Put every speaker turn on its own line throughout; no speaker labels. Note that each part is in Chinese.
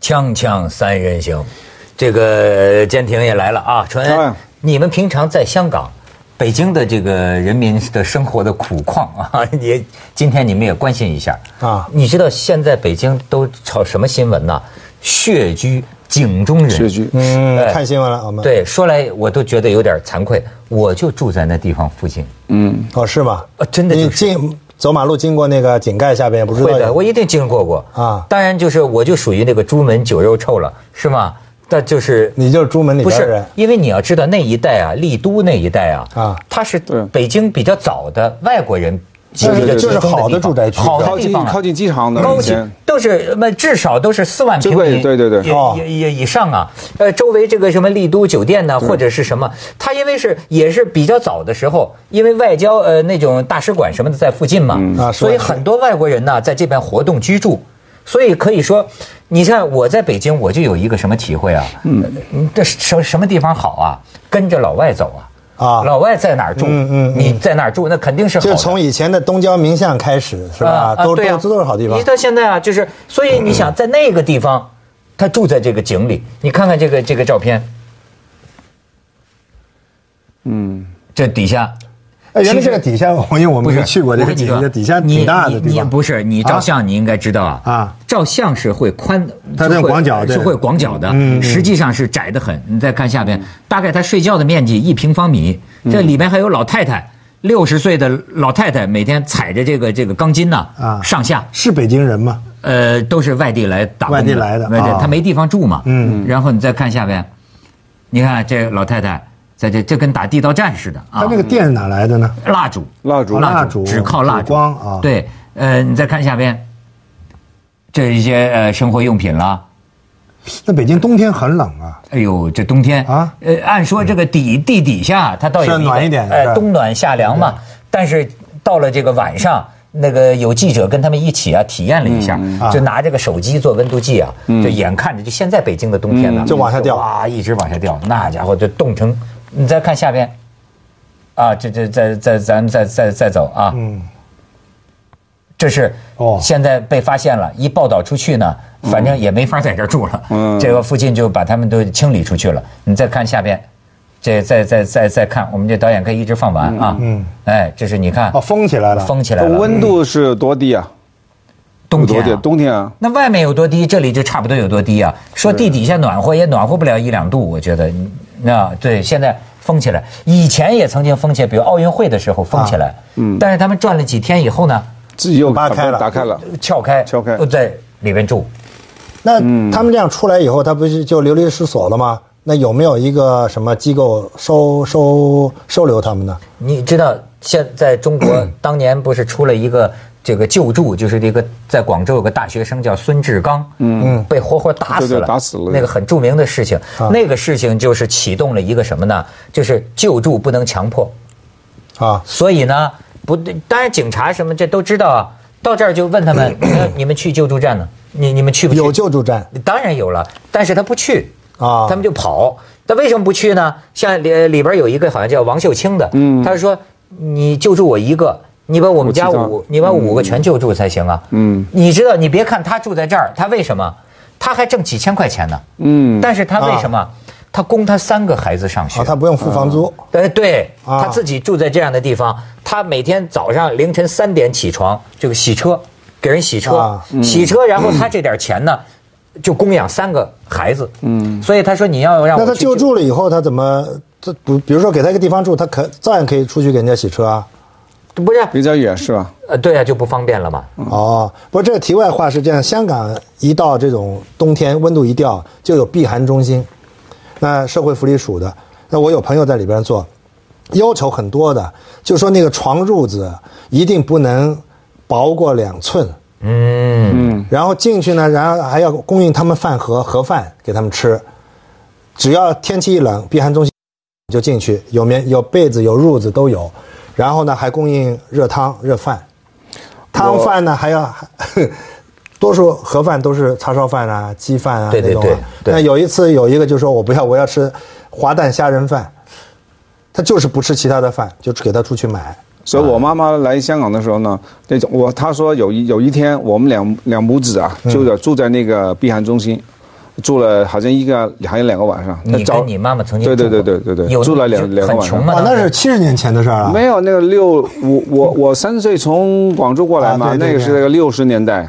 锵锵三人行，这个坚挺也来了啊！传恩，你们平常在香港、北京的这个人民的生活的苦况啊， 也今天你们也关心一下
啊
你知道现在北京都炒什么新闻呢？血居井中人，
血居
嗯
哎，
看新闻了，我们，
对，说来我都觉得有点惭愧，我就住在那地方附近。
嗯，
哦，是吗？
啊真的
你
就是
进走马路经过那个井盖下边，也不知道
会
有
的，我一定经过过
啊
当然就是我就属于那个朱门酒肉臭了，是吗？但就是
你就是朱门里
不
边的
是
人，，
因为你要知道那一带啊，丽都那一带啊，
啊
它是
对
北京比较早的外国人集
就
中
是
的集
就
中
是
地方
好的住宅区
好
靠
的地
近
方啊
靠近机场的
高
以
级
前，
都是那至少都是四万平米，
对对对对
也
哦
也也以上啊。呃，周围这个什么丽都酒店呢，或者是什么，它因为是也是比较早的时候，因为外交呃那种大使馆什么的在附近嘛，
啊是
所以
吧
很多外国人呢在这边活动居住。所以可以说，你像我在北京，我就有一个什么体会啊？嗯，这什什么地方好啊？跟着老外走啊！
啊
老外在哪儿住，
嗯嗯嗯
你在哪儿住，那肯定是好
就
的。
是从以前的东郊民巷开始，是吧？
啊，
都
对啊
都都是好地方嗯
一。到现在啊，就是所以你想在那个地方，他住在这个井里，你看看这个这个照片，
嗯，
这底下
哎，原来
其实
这个底下，我因为我
不
们
是
没去过这个井，
我跟你说
这个底下挺大的，
你
对
你
吧？
你不是你照相，你应该知道啊
啊
照相是会宽，
它这
是会
广角对
是会广角的，
嗯嗯
实际上是窄得很。你再看下边，大概他睡觉的面积一平方米，
嗯
这里边还有老太太。六十岁的老太太每天踩着这个这个钢筋呐、
啊
上下，
是北京人吗？
呃，都是外地来打工
外地来的
外地
啊
他没地方住嘛。
嗯
然后你再看下边，你看这老太太在这，这跟打地道战似的啊
他。这个店是哪来的呢？
蜡烛，
蜡烛
哦蜡烛
只靠蜡烛
烛光啊
对，呃，你再看下边，这一些呃生活用品啦。
那北京冬天很冷啊，
哎呦，这冬天
啊嗯
呃，按说这个底地底下它倒有
是
个
暖一点
哎，
是
冬暖夏凉嘛。但是到了这个晚上，那个有记者跟他们一起啊体验了一下，
嗯
就拿这个手机做温度计啊，就眼看着就现在北京的冬天呢，
嗯就往下掉
啊，一直往下掉，那家伙就冻成。你再看下边，啊，这这再再咱们再再再走啊，
嗯，
这是
哦
现在被发现了，一报道出去呢，反正也没法在这儿住了，
嗯
这个附近就把他们都清理出去了。你再看下边，这再再再再看，我们这导演可以一直放完啊，
嗯嗯
哎，这是你看
哦，封起来了，
封起来
这
了，嗯
温度是多低啊？
冬
多
天
低？
啊。
冬天啊？
那外面有多低，这里就差不多有多低啊。说地底下暖和也暖和不了一两度，我觉得，嗯那对，现在封起来，以前也曾经封起来，比如奥运会的时候封起来，嗯，但是他们转了几天以后呢，
自己又
扒开了
打开了。
撬开，
撬开
都在里边住，
那他们这样出来以后，他不是就流离失所了吗？那有没有一个什么机构收收收留他们呢？
你知道现在中 国当年不是出了一个这个救助，就是这个在广州有个大学生叫孙志刚，嗯，被活活打死
对
了，
对打死了啊
那个很著名的事情，那个事情就是启动了一个什么呢？就是救助不能强迫，
啊，
所以呢，不，当然警察什么这都知道啊。到这儿就问他 们，那你们去救助站呢？你你们去不去？
有救助站
当然有了，但是他不去
啊
他们就跑。他为什么不去呢？像里里边有一个好像叫王秀清的，
嗯
他说你救助我一个，你把我们家
我知道
五，你把五个全救助才行啊。
嗯
你知道，你别看他住在这儿，他为什么？他还挣几千块钱呢。
嗯，
但是他为什么？他供他三个孩子上学。
啊，他不用付房租，
呃，对，
啊
他自己住在这样的地方，他每天早上凌晨三点起床，这个洗车，给人洗车，
啊
洗车，然后他这点钱呢，就供养三个孩子，嗯，所以他说你要让我
那他
去
救助了以后，他怎么这不？比如说给他一个地方住，他可照样可以出去给人家洗车啊。
救，不是，
比较远是吧？
呃，对啊，就不方便了嘛，
哦，不过这个题外话是这样，香港一到这种冬天温度一掉，就有避寒中心，那社会福利署的，那我有朋友在里边做，要求很多的，就说那个床褥子一定不能薄过两寸，
嗯，
然后进去呢，然后还要供应他们饭盒盒饭给他们吃，只要天气一冷，避寒中心就进去，有棉有被子有褥子都有，然后呢还供应热汤热饭，汤饭呢还要， 还多数盒饭都是叉烧饭啊鸡饭啊
对对
那种啊。
对对
那有一次有一个就说我不要我要吃滑蛋虾仁饭，他就是不吃其他的饭，就给他出去买。
所以
啊
我妈妈来香港的时候呢，那种
嗯
我她说有一有一天我们两两母子啊，就住在那个避寒中心，住了好像一个好像两个晚上。
你
找
跟你妈妈曾经
对对
住过
对对对对，
有
住了
就
两两个
很
晚
穷
上。
吗？
哇，啊哦那
当时
是七十年前的事儿啊。
没有那个六，我我我三岁从广州过来嘛，
啊对对
那个是那个六十年代。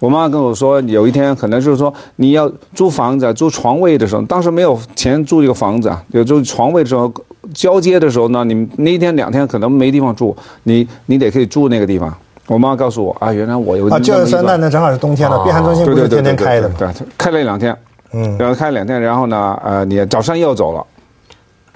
我妈跟我说，有一天可能就是说你要租房子、租床位的时候，当时没有钱租一个房子啊，有租床位的时候，交接的时候呢，你那一天两天可能没地方住，你你得可以住那个地方。我妈告诉我啊，原来我有
啊，
这么
就是
一
说
段
那那正好是冬天了，避寒中心
对
不
对
是
对，
天天
对
开的
对
吗？
对对开了两天，
嗯
然后开了两天，然后呢，呃，你早上又走了，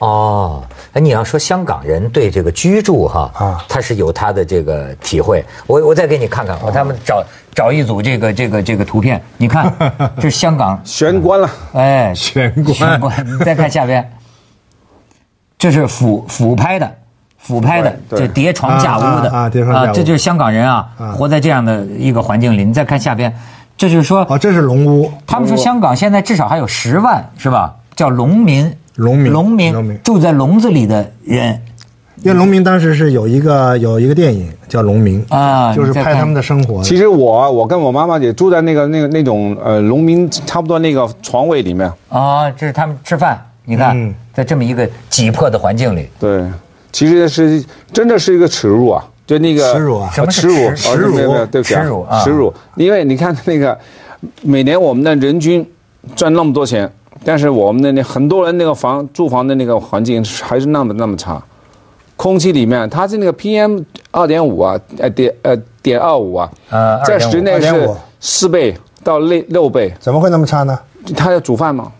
哦，哎，你要说香港人对这个居住哈，
啊
他是有他的这个体会。我我再给你看
哦
看，我他们找找一组这个这个这个图片，你 看，这是香港，
玄关了，
哎，
玄关
玄关，你再看下边，这是俯俯拍的。俯拍的，
对
就
对
叠床架屋的
啊啊啊叠床架屋
这就是香港人啊，活在这样的一个环境里。你再看下边，这就是说，
哦，这是龙屋，
他们说香港现在至少还有十万是吧？叫农民，
农民
农
农
民
民嗯
住在笼子里的人
因为农民当时是有一个有一个电影叫《农民》，
啊，
就是
你再
拍
看
他们的生活。
其实我我跟我妈妈也住在那个那个那种呃农民差不多那个床位里面，
啊，这是他们吃饭。你看，
嗯
在这么一个挤迫的环境里，
对，其实是真的是一个耻辱啊，就那个
耻辱啊
什么是
耻辱
耻
哦
耻辱
没有没有对不起啊
耻辱啊
耻辱，因为你看那个每年我们的人均赚那么多钱，但是我们的那很多人那个房住房的那个环境是还是那么那么差。空气里面，它是那个 PM 二点五啊，呃点呃点二五啊，
呃
在
2.5
室内是
2.5
四倍到六六倍，
怎么会那么差呢？
他要煮饭吗？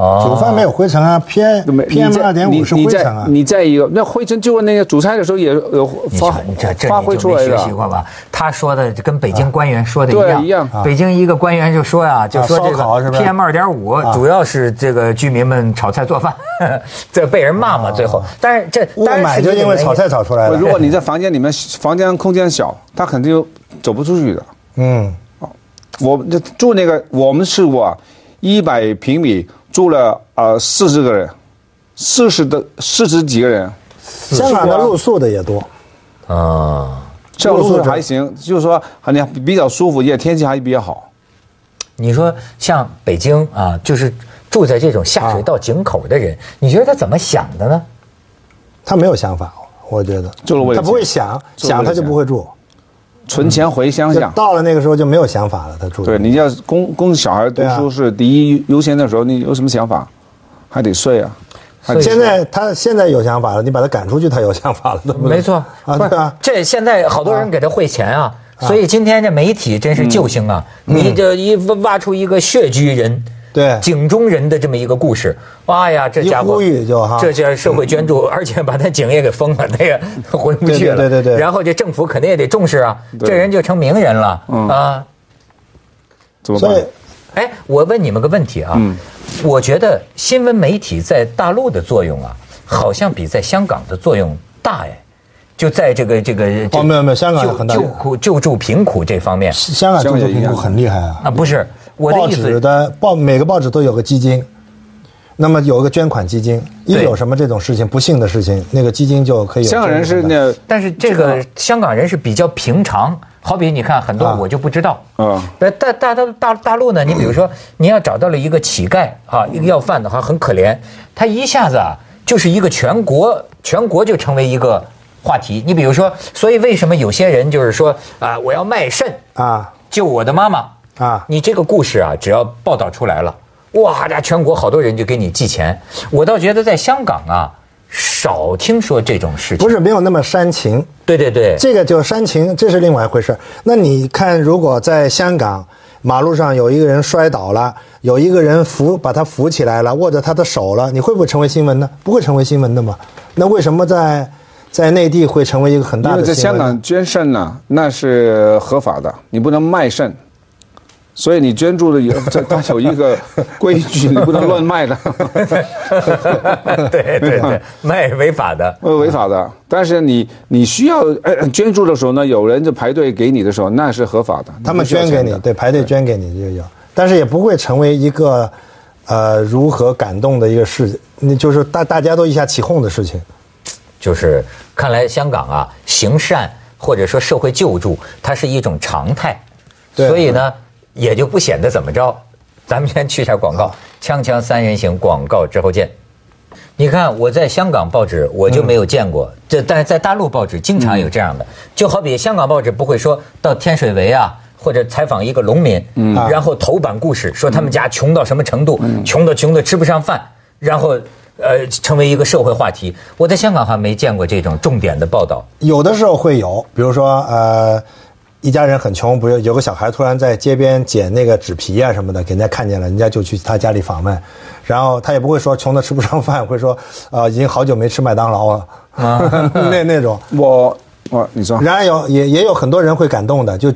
哦
煮饭没有灰尘啊，PM
没你
PM
在
二点
你
五是
你
灰
在
尘啊。
你在一个那灰尘，就那个煮菜的时候也有
你
发
瞧你这这
发
你
挥
就
出
没
来
学习
的。
过吧？他说的就跟北京官员说的一
对
样，
一样
北京一个官员就说呀，就说这个
啊烧烤是不啊是
PM 二点五主要是这个居民们炒菜做饭， 这被人骂嘛。最后，但是这
雾
当然
霾
是
啊就
一个
因为
原
炒菜炒出来
如
的。
果你在房间里面，房间空间小，他肯定走不出去的。
嗯，
我就住那个，我们试过啊一百平米，住了呃四十个人，四十的四十几个人，
香港的露宿的也多，
啊。
这样住还行，就是说好像比较舒服，也天气还比较好。
你说像北京啊，就是住在这种下
啊
水道井口的人，你觉得他怎么想的呢？
他没有想法，我觉得
就是为了
他不会
钱
想，
就是为了
想他就
钱
不会住。
存钱回乡
就
下，
到了那个时候就没有想法了，他住。
对，你要供供小孩读
对啊
书是第一优先的时候，你有什么想法？还得睡啊，还得
所以
现在他现在有想法了，你把他赶出去，他有想法了，对不对？
没错，
啊，
不是
对啊，
这现在好多人给他汇钱啊，所以今天这媒体真是救星啊！你这一挖出一个穴居人。
嗯对
井中人的这么一个故事，哇呀，这家
一
伙，
呼吁啊就哈
这家社会捐助，而且把他井也给封了，那个回不去了。
对对对对对
然后这政府肯定也得重视啊，这人就成名人了
嗯
啊。
怎么办
所？以
哎，我问你们个问题啊，
嗯
我觉得新闻媒体在大陆的作用啊，好像比在香港的作用大哎，就在这个这个
哦没有没有香港
救
很大
救苦救助贫苦这方面
香港中
香港
国
也一
贫
样
苦很厉害啊，
啊，不是我的
报
意
纸
思，
的报每个报纸都有个基金，那么有个捐款基金，一
对
有什么这种事情不幸的事情，那个基金就可以有
香港人是
捐款的
那
但是这个香港人是比较平常，好比你看很多
啊
我就不知道
啊
呃大大大大大陆呢，你比如说你要找到了一个乞丐啊，一个要饭的话很可怜，他一下子啊就是一个全国全国就成为一个话题。你比如说，所以为什么有些人就是说啊、我要卖肾
啊
救我的妈妈
啊
你这个故事啊，只要报道出来了，哇，那全国好多人就给你寄钱。我倒觉得在香港啊，少听说这种事情。
不，是没有那么煽情，
对对对，
这个就煽情，这是另外一回事儿。那你看，如果在香港马路上有一个人摔倒了，有一个人扶把他扶起来了，握着他的手了，你会不会成为新闻呢？不会成为新闻的嘛。那为什么在在内地会成为一个很大
因
的
为
新
在香
闻呢？
港捐肾呢、那是合法的，你不能卖肾。所以你捐助的有，这它有一个规 矩，你不能乱卖的，
对对对，卖违法的。
呃，违法的。但是你你需要呃捐助的时候呢，有人就排队给你的时候，那是合法的。
他们
不需要
捐给
钱
你
的，
对，排队捐给你就有，但是也不会成为一个，呃，如何感动的一个事，那就是大大家都一下起哄的事情。
就是看来香港啊，行善或者说社会救助，它是一种常态，
对
所以呢，也就不显得怎么着。咱们先去一下广告，锵锵三人行广告之后见。你看我在香港报纸我就没有见过，
嗯
这但是在大陆报纸经常有这样的，就好比香港报纸不会说到天水围啊。或者采访一个农民，
嗯
嗯然后头版故事说他们家穷到什么程度，穷的穷的吃不上饭，然后呃成为一个社会话题。我在香港还没见过这种重点的报道。
有的时候会有，比如说呃，一家人很穷，不是有个小孩突然在街边捡那个纸皮啊什么的，给人家看见了，人家就去他家里访问，然后他也不会说穷的吃不上饭，会说呃已经好久没吃麦当劳了，
啊
那那种。
我我你说
然而有也也有很多人会感动的，就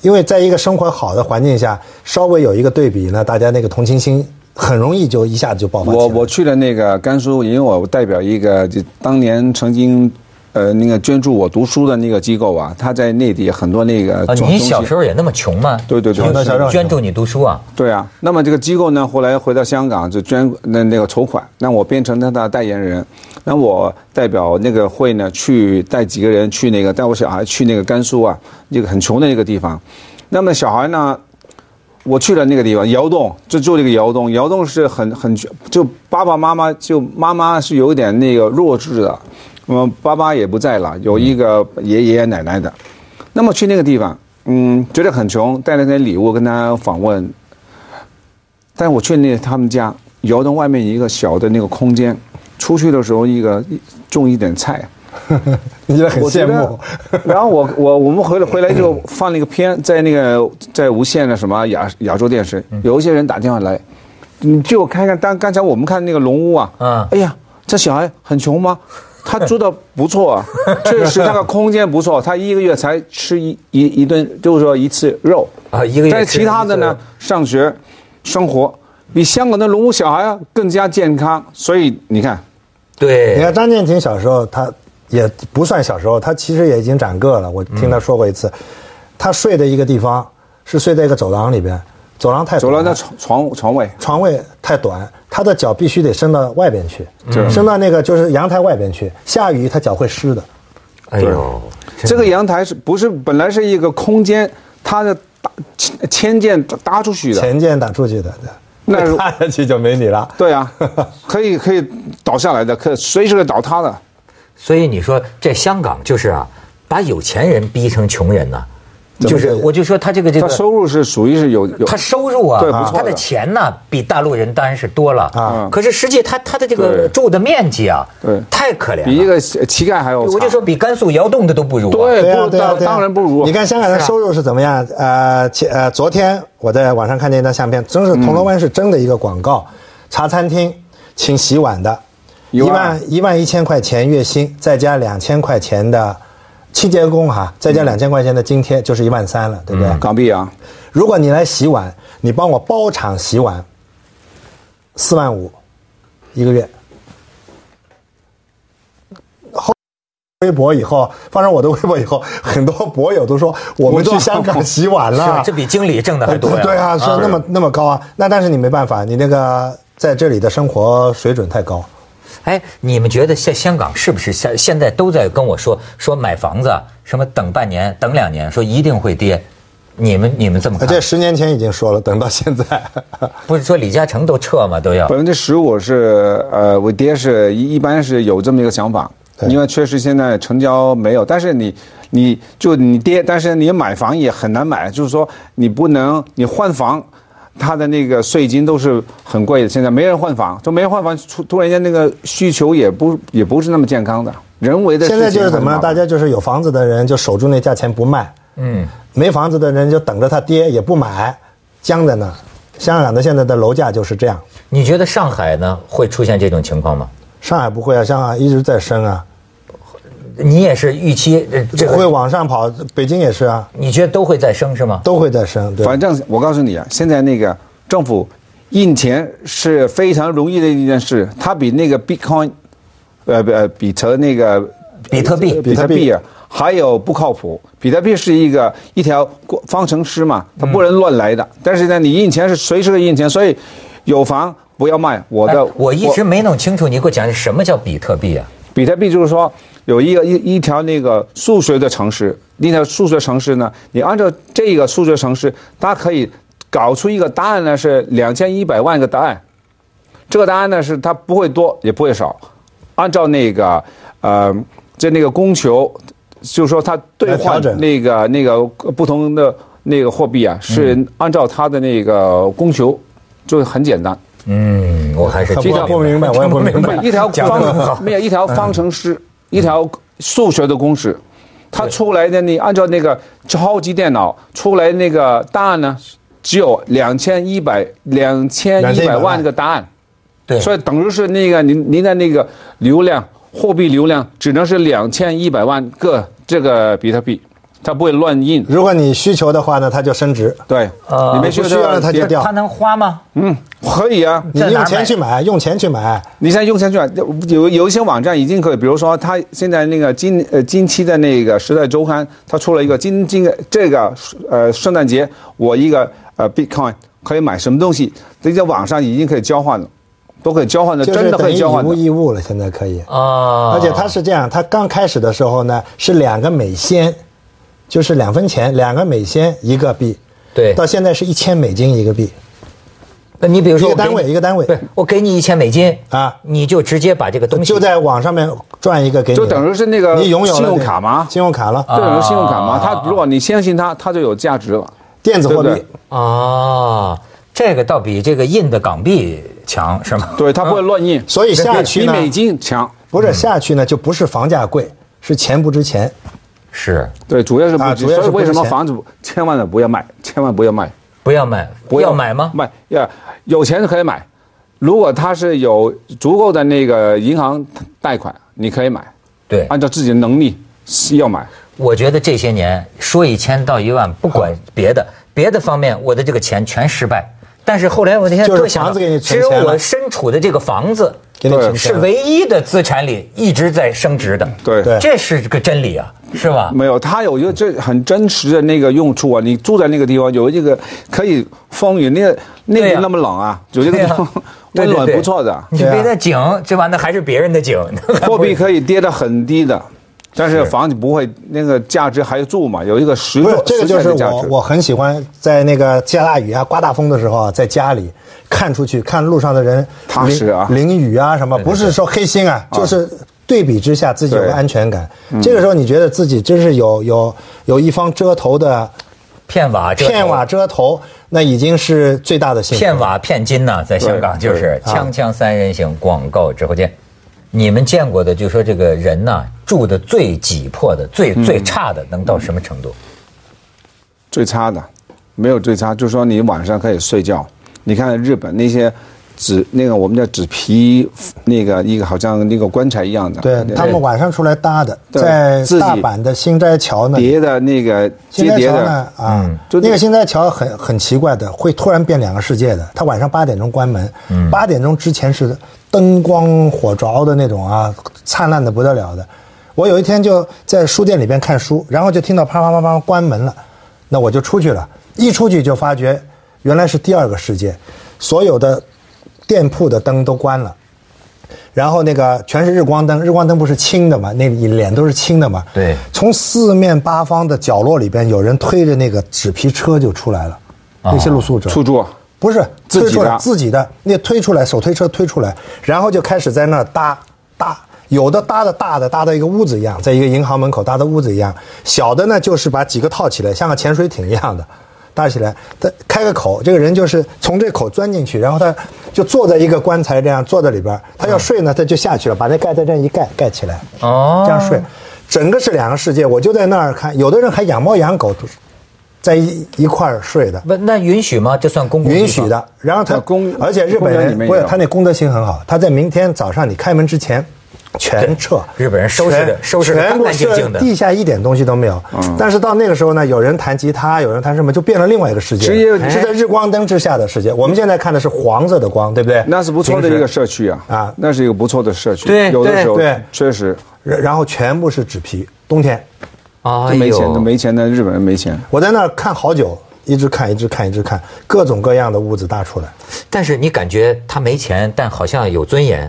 因为在一个生活好的环境下，稍微有一个对比呢，大家那个同情心很容易就一下子就爆发起来。
我我去了那个甘肃，因为我代表一个就当年曾经。呃，那个捐助我读书的那个机构啊，他在内地很多那个
啊，
中。
你
中
小
心
时候也那么穷吗？
对对对
有
小
时候
捐助你读书啊？
对啊，那么这个机构呢，后来回到香港就捐那那个筹款，那我变成他的代言人，那我代表那个会呢去带几个人去那个带我小孩去那个甘肃啊，那个很穷的那个地方，那么小孩呢，我去了那个地方窑洞，就住这个窑洞，窑洞是很很就爸爸妈妈就妈妈是有点那个弱智的，嗯，爸爸也不在了，有一个爷爷奶奶的，那么去那个地方，嗯，觉得很穷，带了点礼物跟他访问。但我去那他们家窑洞外面一个小的那个空间，出去的时候一个一种一点菜，
你觉得很
我觉
羡
得
慕， 嗯
然后我我我们回来回来就放了一个片，在那个在无线的什么亚亚洲电视，有一些人打电话来，你就看看，当刚才我们看那个龙屋啊，
嗯
哎呀，这小孩很穷吗？他住的不错 啊，确实那个空间不错，他一个月才吃一一一顿，就是说一次肉
啊一个月
但是
吃
其他的
一
呢
次，
上学、生活比香港的龙屋小孩啊更加健康，所以你看，
你
对，
看张建庭小时候，他也不算小时候，他其实也已经长个了。我听他说过一次，他睡的一个地方是睡在一个走廊里边，走廊太
走了那
短
床床床位。
床位太短，他的脚必须得伸到外边去，
嗯
伸到那个就是阳台外边去。下雨他脚会湿的。
哎呦，
这个阳台是不是本来是一个空间，它的搭牵牵建搭出去的？
前键打出去的，对
那 如
踏下去就没你了。
对啊，可以可以倒下来的，可随时可以倒塌的。
所以你说这香港就是啊，把有钱人逼成穷人呐、
么
就是
说
我就说他这个这
它
个
收入是属于是有有
他收入啊，
对不错的
他的钱呢、比大陆人当然是多了
啊
可是实际他他的这个
对
住的面积啊，
对
太可怜了。
比一个乞丐还要
我就
惨
说比甘肃窑洞的都不如、啊。
对
对
不
啊，
如
对啊，
当
对啊
当然不如
你看香港的
是啊
收入是怎么样？呃，前呃，昨天我在网上看见一张相片，真是铜锣湾是真的一个广告，
嗯
茶餐厅请洗碗的，一
一万
万一万一千块钱月薪，再加两千块钱的清洁工哈，再加两千块钱的津贴，就是一万三了，对不对？
港币啊，
如果你来洗碗，你帮我包场洗碗，四万五一个月。后微博以后，放上我的微博以后，很多博友都说我们去香港洗 碗
是吧
了，
这比经理挣的还多呀。
啊对啊，是那么那么高啊。那但是你没办法，你那个在这里的生活水准太高。
哎，你们觉得在香港是不是现现在都在跟我说说买房子啊什么等半年等两年，说一定会跌？你们你们这么
呃
看？
这十年前已经说了，等到现在，
不是说李嘉诚都撤吗？都要
百分之十五是呃，我爹是一一般是有这么一个想法，因为确实现在成交没有，但是你你就你跌，但是你买房也很难买，就是说你不能你换房。他的那个税金都是很贵的，现在没人换房，就没人换房，突突然间那个需求也不也不是那么健康的，人为的
现在
事情
就是怎么
很麻烦
样？大家就是有房子的人就守住那价钱不卖，嗯，没房子的人就等着它跌也不买，僵在那儿。香港的现在的楼价就是这样，
你觉得上海呢会出现这种情况吗？
上海不会啊，香港一直在升啊，
你也是预期呃这
会
个，
往上跑，北京也是啊，
你觉得都会再升是吗？
都会在升，对吧。
反正我告诉你啊，现在那个政府印钱是非常容易的一件事，它比那个 Bitcoin，呃不呃，比特那个
比特币
比特币啊还有不靠谱。比特币是一个一条过方程式嘛，它不能乱来的。
嗯
但是呢，你印钱是随时可以印钱，所以有房不要卖。我的、
哎我一直没弄清楚，你给我讲什么叫比特币啊？
比特币就是说有一个一一条那个数学的程式，那条数学程式呢，你按照这个数学程式，它可以搞出一个答案呢是两千一百万个答案，这个答案呢是它不会多也不会少，按照那个呃，在那个供求，就是说它兑
来调
换
整
那个那个不同的那个货币啊，是
嗯
按照它的那个供求，就是很简单。
嗯，我还是
他
听
不不 明白，我也不明白。
一条
讲得很好嗯
方没有一条方程式，一条数学的公式，它出来的你按照那个超级电脑出来那个答案呢，只有两千一百两千一百
2100
万
万
个答案，
对，
所以等于是那个您您的那个流量货币流量只能是两千一百万个这个比特币，它不会乱印。
如果你需求的话呢，它就升值。
对，
呃
你没
你呃
觉
不需要
得
让它
也
就掉
他能花吗？
嗯，可以啊，
你
在哪
用
儿
钱去买，用钱去买，
你现在用钱券有有一些网站已经可以，比如说它现在那个今呃近期的那个《时代周刊》，它出了一个今今个这个呃圣诞节我一个呃 Bitcoin 可以买什么东西，这在网上已经可以交换了，都可以交换的，
就是
真的可
等于
以
以
交换
物
的。
易物了，现在可以。
啊
而且它是这样，它刚开始的时候呢是两个美仙，就是两分钱，两个美仙一个币。
对
到现在是一千美金一个币，
那你比如说
一
我
个
给
单位
你
一个单位
不是我给你一千美金
啊
你就直接把这个东西
就在网上面赚一个给你，
就等于是那个
你拥有了
信用
这个
卡吗
信用卡了，
这种信用卡嘛，
啊
它如果你相信它，它就有价值了。
电子货
对
币
不对
啊，这个倒比这个印的港币强是吗？
对，它不会乱印，
啊所以下
比
去
比
呢
美金强。
不是下去呢，就不是房价
嗯
贵，是钱不值钱。
是，
对，主要是不
啊
值，
主要
所以
是不
为什
值
么
钱
房子不千万的不要卖，千万不要卖。
不要买，
不
要买吗？
买呀，有钱可以买。如果他是有足够的那个银行贷款，你可以买，
对，
按照自己的能力是要买。
我觉得这些年说一千道一万，不管别的，别的方面我的这个钱全失败。但是后来我那天
就是
特想到，
房子给你
只
存
有
钱了
我身处的这个房子，
给你存
是
钱了
唯一的资产里一直在升值的。
对
对嗯
这是个真理啊，是吧？
没有，他有一个这很真实的那个用处啊！你住在那个地方，有一个可以风雨，那个那
对
里
呀
那么冷啊，有一个地
对
方
呀 对
温
对
暖
对
不错的，
你
对啊
别的景，对吧？那还是别人的景。
货币可以跌得很低的，但是房子不会那个价值还住嘛，有一个实
不是
做，
这个就
实
是
现的价
我
值。
我很喜欢在那个下大雨啊、刮大风的时候啊，在家里看出去看路上的人
踏
淋
实啊
淋雨啊什么，不是说黑心啊，就是对比之下自己有
对嗯
个安全感。这个时候你觉得自己真是有有有一方遮头的
骗瓦遮头，
片瓦遮头，那已经是最大的幸福。
骗瓦骗金呐、在香港
对啊
就是
对
锵锵三人行广告直播间，你们见过的就说这个人呐、住的最挤迫的、最
嗯
最差的，能到什么程度？
最差的，没有最差，就是说你晚上可以睡觉。你看日本那些纸，那个我们叫纸皮，那个一个好像那个棺材一样的，
对他们晚上出来搭的，在
自己
大阪的新斋桥那里，
叠的那个
新
叠
斋
叠
桥
的
呢，啊，
就
那个新斋桥很很奇怪的，会突然变两个世界的。它晚上八点钟关门，八点钟之前是灯光火着的那种啊，灿烂的不得了的。我有一天就在书店里边看书，然后就听到啪啪啪啪关门了，那我就出去了。一出去就发觉原来是第二个世界，所有的店铺的灯都关了。然后那个全是日光灯，日光灯不是青的嘛，那一脸都是青的嘛。
对
从四面八方的角落里边，有人推着那个纸皮车就出来了，那些露宿者
出租。
不是
自己的
推出来自己的那推出来手推车推出来，然后就开始在那儿搭搭，有的搭的大的搭到一个屋子一样，在一个银行门口搭的屋子一样，小的呢就是把几个套起来，像个潜水艇一样的。搭起来，他开个口，这个人就是从这口钻进去，然后他就坐在一个棺材这样坐在里边儿，他要睡呢，他就下去了，把那盖在这样一盖盖起来，
哦
这样睡，整个是两个世界。我就在那儿看，有的人还养猫养狗，在一一块儿睡的。
不，那允许吗？这算公共地方
允许。的。然后他
那公
而且日本
公园里面
人
有
不是他那公德心很好，他在明天早上你开门之前。全撤，
日本人收拾得
全
收拾得
全部
干干净净的
是地下一点东西都没有。但是到那个时候呢，有人弹吉他，有人弹什么，就变了另外一个世界
职业
了，是在日光灯之下的世界。我们现在看的是黄色的光，对不对？
那是不错的
平时
一个社区啊，
啊
那是一个不错的社区。
对
有的
对
时候
对
确实，
然然后全部是纸皮，冬天
哎呦，
都没钱，都没钱的日本人没钱。
我在那儿看好久，一直看，一直看，一直看，各种各样的屋子搭出来。
但是你感觉他没钱，但好像有尊严。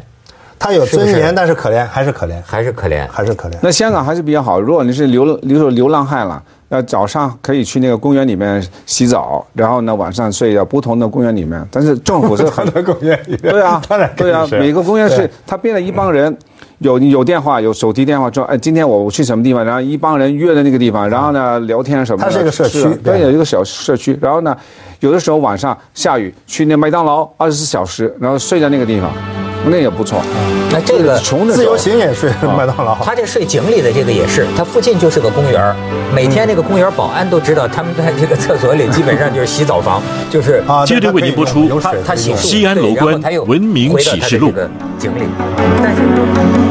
他有
是不
尊
是
严，但是可怜，还是可怜，
还是可怜。
哎
还是可怜。
那香港还是比较好。如果你是流流流流浪汉了，那早上可以去那个公园里面洗澡，然后呢晚上睡到不同的公园里面。但是政府是很
公园里 面
对啊，
当然可以
对啊，
是
每个公园是
对
他编了一帮人，有有电话，有手提电话，说哎，今天我我去什么地方，然后一帮人约的那个地方，然后呢聊天什么的。
嗯它是一个社区
是对，
对
有一个小社区。然后呢，有的时候晚上下雨去那麦当劳二十四小时，然后睡在那个地方，那也不错。
那这个
穷的
自
时候
由行也是麦当劳，
他这睡井里的这个也是，他附近就是个公园儿每天那个公园儿保安都知道，他们在这个厕所里基本上就是洗澡房，就是
嗯
啊，
接着
它可以
为您播出
有
他
水
他洗漱
西安楼观
对然后他又
文明
回到他的
启示录
这个井里，但是。